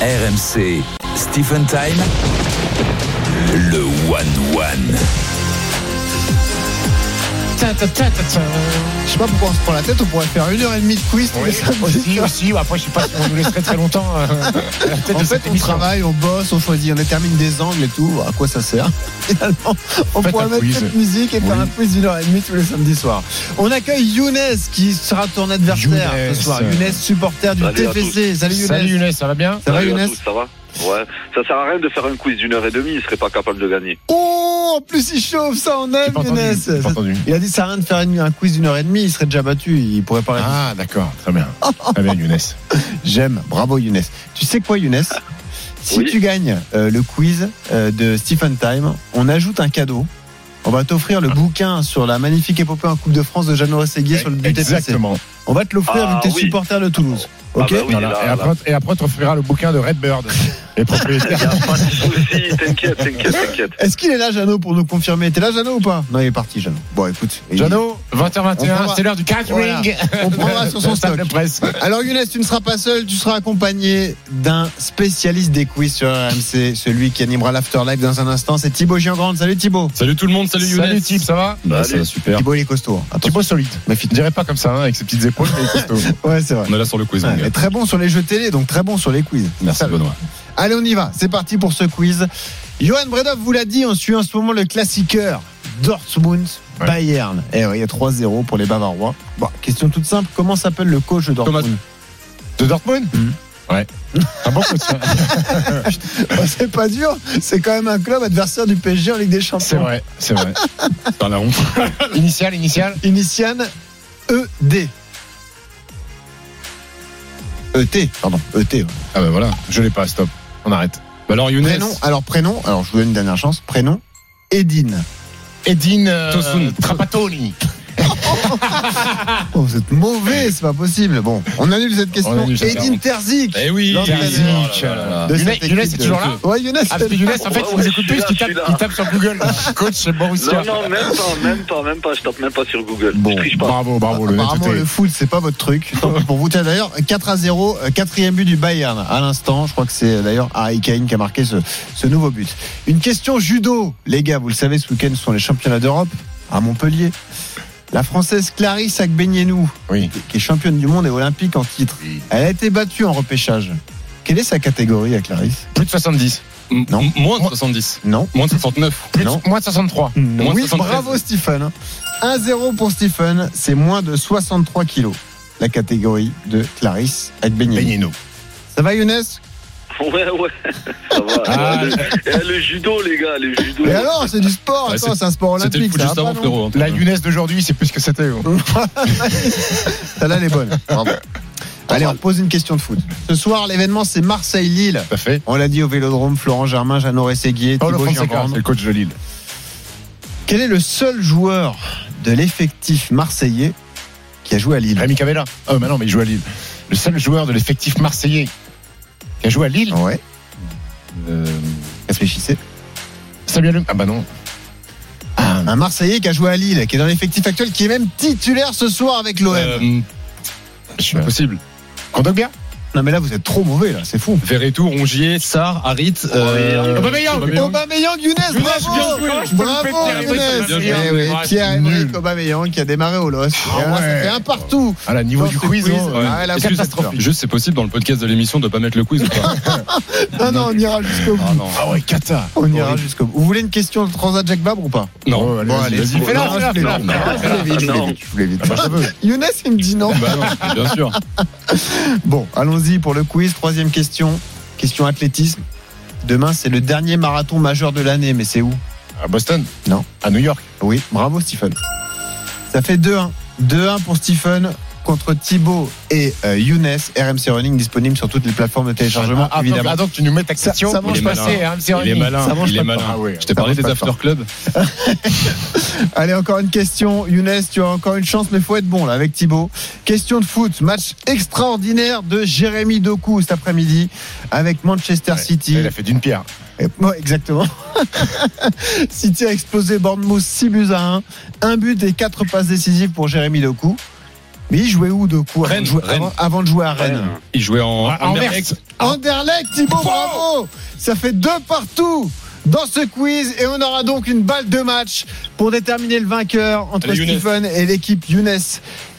RMC, Stephen Time, le One One. Ta, ta, ta, ta, ta. Je sais pas pourquoi on se prend la tête, on pourrait faire une heure et demie de quiz tous Oui, les samedis. aussi, aussi. ou Après, je sais pas si on nous laisserait très longtemps euh, à la tête En de fait, cette on émission. travaille, on bosse, on choisit, on détermine des angles et tout. À quoi ça sert Finalement, on Faites pourrait un mettre quiz. cette musique et faire Oui. un quiz d'une heure et demie tous les samedis soirs. On accueille Younes qui sera ton adversaire Younes. ce soir. Younes, supporter du Salut à TFC. Salut Younes. Salut Younes, ça va bien Ça va Salut à Younes tous, Ça va Ouais. Ça sert à rien de faire un quiz d'une heure et demie, il serait pas capable de gagner. Oh, en plus il chauffe, ça on J'ai aime pas entendu, Younes. j'ai pas entendu. Il a dit ça sert à rien de faire une- un quiz d'une heure et demie, il serait déjà battu, il pourrait pas répondre. Ah, d'accord, très bien. Très bien, Younes. J'aime, bravo Younes. Tu sais quoi Younes Si Oui. tu gagnes euh, le quiz euh, de Stephen Time, on ajoute un cadeau. On va t'offrir Ah. le bouquin sur la magnifique épopée en Coupe de France de Jeannot Séguier sur le but TFC. Exactement. On va te l'offrir Ah, vu que t'es oui. supporter de Toulouse. Ah Ok bah oui, Voilà. là, et, là. après, et après, on t'offrira le bouquin de Redbird, les Y a propriétaires. pas de souci, t'inquiète, t'inquiète, t'inquiète. Est-ce qu'il est là Jeannot pour nous confirmer T'es là Jeannot ou pas Non il est parti Jeannot. Bon écoute. il- Jeannot, On 20h21, prendra- c'est l'heure du catering. Voilà. On prendra sur son Stade stock. de presse. Alors Younes, tu ne seras pas seul, tu seras accompagné d'un spécialiste des quiz sur RMC, celui qui animera l'afterlife dans un instant, c'est Thibaut Giangrande. Salut Thibaut. Salut tout le monde, salut Younes. Salut Tip, ça va Bah, Salut. ça va super. Thibaut il est costaud. hein. Attention. Thibaut solide. Je dirais pas comme ça, hein, avec ses petites épaules, mais il est costaud. Ouais c'est vrai. On est là sur le quiz, mon Ouais, gars. mais très bon sur les jeux télé, donc très bon sur les quiz. Merci ça, Benoît. Allez, on y va. C'est parti pour ce quiz. Johan Bredov vous l'a dit, on suit en ce moment le classiqueur Dortmund Ouais. Bayern. Eh oui, il y a 3-0 pour les Bavarois. Bon, question toute simple, comment s'appelle le coach de Dortmund De Dortmund Mhm. Ouais. Un bon coach. hein. Bah, C'est pas dur, c'est quand même un club adversaire du PSG en Ligue des Champions. C'est vrai, c'est vrai. Dans la honte. Initial, initial. Initiane ED. ET, E pardon, ET. ouais. Ah bah voilà, je l'ai pas, stop. On arrête. Bah alors Younes, Prénom, alors prénom, alors je vous donne une dernière chance, prénom, Edine. Edine euh, Tosun. Trapattoni. Oh, vous êtes mauvais, c'est pas possible. Bon, on annule cette question. On annule cette Eh, Edine Terzic. Eh oui, L'entraîneur. Terzic. Oh là là. de Younes, cette Younes, équipe c'est de- toujours là Ouais, Younes, Ah, c'est parce que Younes, en fait, Ouais, il ouais, nous écoute je suis plus, là, il je tape, suis là. il tape sur Google. Coach Borussia. Non, non, même pas, même pas, même pas, je tape même pas sur Google. Bon, Je triche pas. bravo, bravo, le net Apparemment, était- le foot, c'est pas votre truc. Tant pis pour vous, Tiens, d'ailleurs, 4 à 0, euh, quatrième but du Bayern à l'instant. Je crois que c'est d'ailleurs Harry Kane qui a marqué ce, ce nouveau but. Une question judo. Les gars, vous le savez, ce week-end, ce sont les championnats d'Europe à Montpellier. La Française Clarisse Agbenienou, Oui. qui est championne du monde et olympique en titre, elle a été battue en repêchage. Quelle est sa catégorie à Clarisse Plus de 70. M- Non. m- Moins de 70. Non. Moins de 69. Plus de- Non. Mm. moins de 63. Moins oui, 73. bravo Stephen. 1-0 pour Stephen, c'est moins de 63 kilos. La catégorie de Clarisse Agbenienou. Baignez-nous. Ça va Younes Ouais, ouais, ça va. Ah. le, eh, le judo, les gars, le judo. Mais alors, c'est du sport, Ouais, attends, c'est un sport C'était le olympique. foot ça juste va pas, avant, non frérot. La Younes d'aujourd'hui, c'est plus ce que euh, c'était. Mm. gros. Celle-là, elle est bonne. Bravo. Allez, on pose une question de foot. Ce soir, l'événement, c'est Marseille-Lille. Tout à fait. On l'a dit au Vélodrome, Florent Germain, Jeannot Séguier, Oh, Paulo Thibaut Fonseca, Giangrande. c'est le coach de Lille. Quel est le seul joueur de l'effectif marseillais qui a joué à Ah Lille Rémi Cavella. Oh, mais non, mais il joue à Lille. Le seul joueur de l'effectif marseillais qui a joué à Lille, Ouais, euh, réfléchissez. Ah Samuel. Ah bah non. Ah, Un Marseillais qui a joué à Lille, qui est dans l'effectif actuel, qui est même titulaire ce soir avec l'OM. Euh, je suis Impossible. Kondogbia Non, mais là, vous êtes trop mauvais, là, c'est fou. Verretou, Rongier, Sarr, Harit. Aubameyang. Aubameyang. Aubameyang. Aubameyang Younes, Younes, bravo bien joué. Bravo Pierre Emerick Younes Aubameyang. Eh oui, Ouais, Pierre-Emerick nul. Aubameyang qui a démarré au LOS. Ah Et alors ouais. là, ça fait un partout À la Ah, niveau Dans du ce quiz, oh, quiz, non ouais. Ah, la Excuse- catastrophe. Juste, c'est possible dans le podcast de l'émission de pas mettre le quiz ou pas Non, non, on ira jusqu'au bout. non. Ah ouais, Kata. On ira jusqu'au bout. Vous voulez une question de Transat Jacques Vabre ou pas Oh, Non. allez, vas-y, vas-y. c'est- Fais-la, non, fais-la, je voulais- fais-la, non, fais-la, je voulais vite, je voulais vite, je voulais vite. Ah bah, je veux. Younes, il me dit non. Bah non, bien sûr. Bon, allons-y pour le quiz. Troisième question. Question athlétisme. Demain, c'est le dernier marathon majeur de l'année, mais c'est où À Boston Non. À New York Oui, bravo Stephen. Ça fait 2-1. 2-1 pour Stephen contre Thibaut et euh, Younes. RMC Running disponible sur toutes les plateformes de téléchargement, Ah, évidemment. Ah, donc tu nous mets ta question ça mange Il est pas malin. assez, Il est Il est malin. Ça mange Il pas est de malin. Ah ouais. Je t'ai parlé Ça des mange pas de after club. Allez, encore une question. Younes, tu as encore une chance, mais faut être bon là avec Thibaut. Question de foot. Match extraordinaire de Jérémy Doku cet après-midi avec Manchester City. Il a fait d'une pierre. Et- ouais, exactement. City a explosé Bournemouth 6 buts à 1. Un but et quatre passes décisives pour Jérémy Doku. Mais il jouait où de coup avant, Rennes, de jouer, Rennes. avant- avant de jouer à Rennes, Il jouait en Ah, en Anvers. Anderlecht. Anderlecht, Thibaut, bravo Ça fait deux partout dans ce quiz et on aura donc une balle de match pour déterminer le vainqueur entre Allez, Younes. Stephen et l'équipe Younes.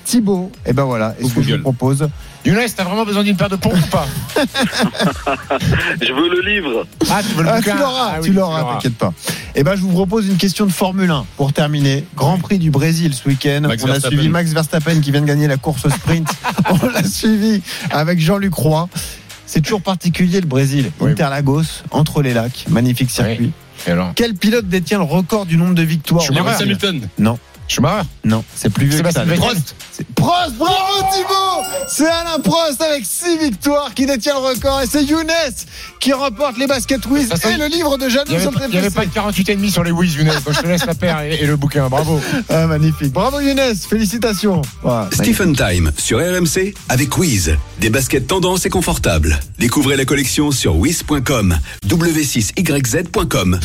Thibaut, et ben voilà, est-ce que Beaucoup je vous gueule. propose Younes, t'as vraiment besoin d'une paire de pompes ou pas Je veux le livre. Ah, tu veux le Ah, tu bouquin l'auras, Ah oui, tu l'auras, t'inquiète pas. Et ben je vous propose une question de Formule 1 pour terminer. Grand Prix du Brésil ce week-end. Max on a Verstappen. suivi Max Verstappen qui vient de gagner la course au sprint. on l'a suivi avec Jean-Luc Roy. C'est toujours particulier le Brésil. Oui. Interlagos, entre les lacs, magnifique circuit. Et alors Quel pilote détient le record du nombre de victoires au Lewis Brésil Hamilton. Schumacher Non, c'est plus vieux que Sébastien ça. Vettel Prost. C'est Prost, bravo Thibaut C'est Alain Prost avec 6 victoires qui détient le record et c'est Younes qui remporte les basket quiz De toute façon, et le livre de Il Jaloux n'y sur le avait, TPC. pas de 48,5 sur les Wiz, Younes. Donc je te laisse la paire et, et le bouquin. Bravo. Ah, magnifique. Bravo Younes, félicitations. Voilà. Stephen Time sur RMC avec Wiz. Des baskets tendance et confortables. Découvrez la collection sur wiz.com, w6yz.com.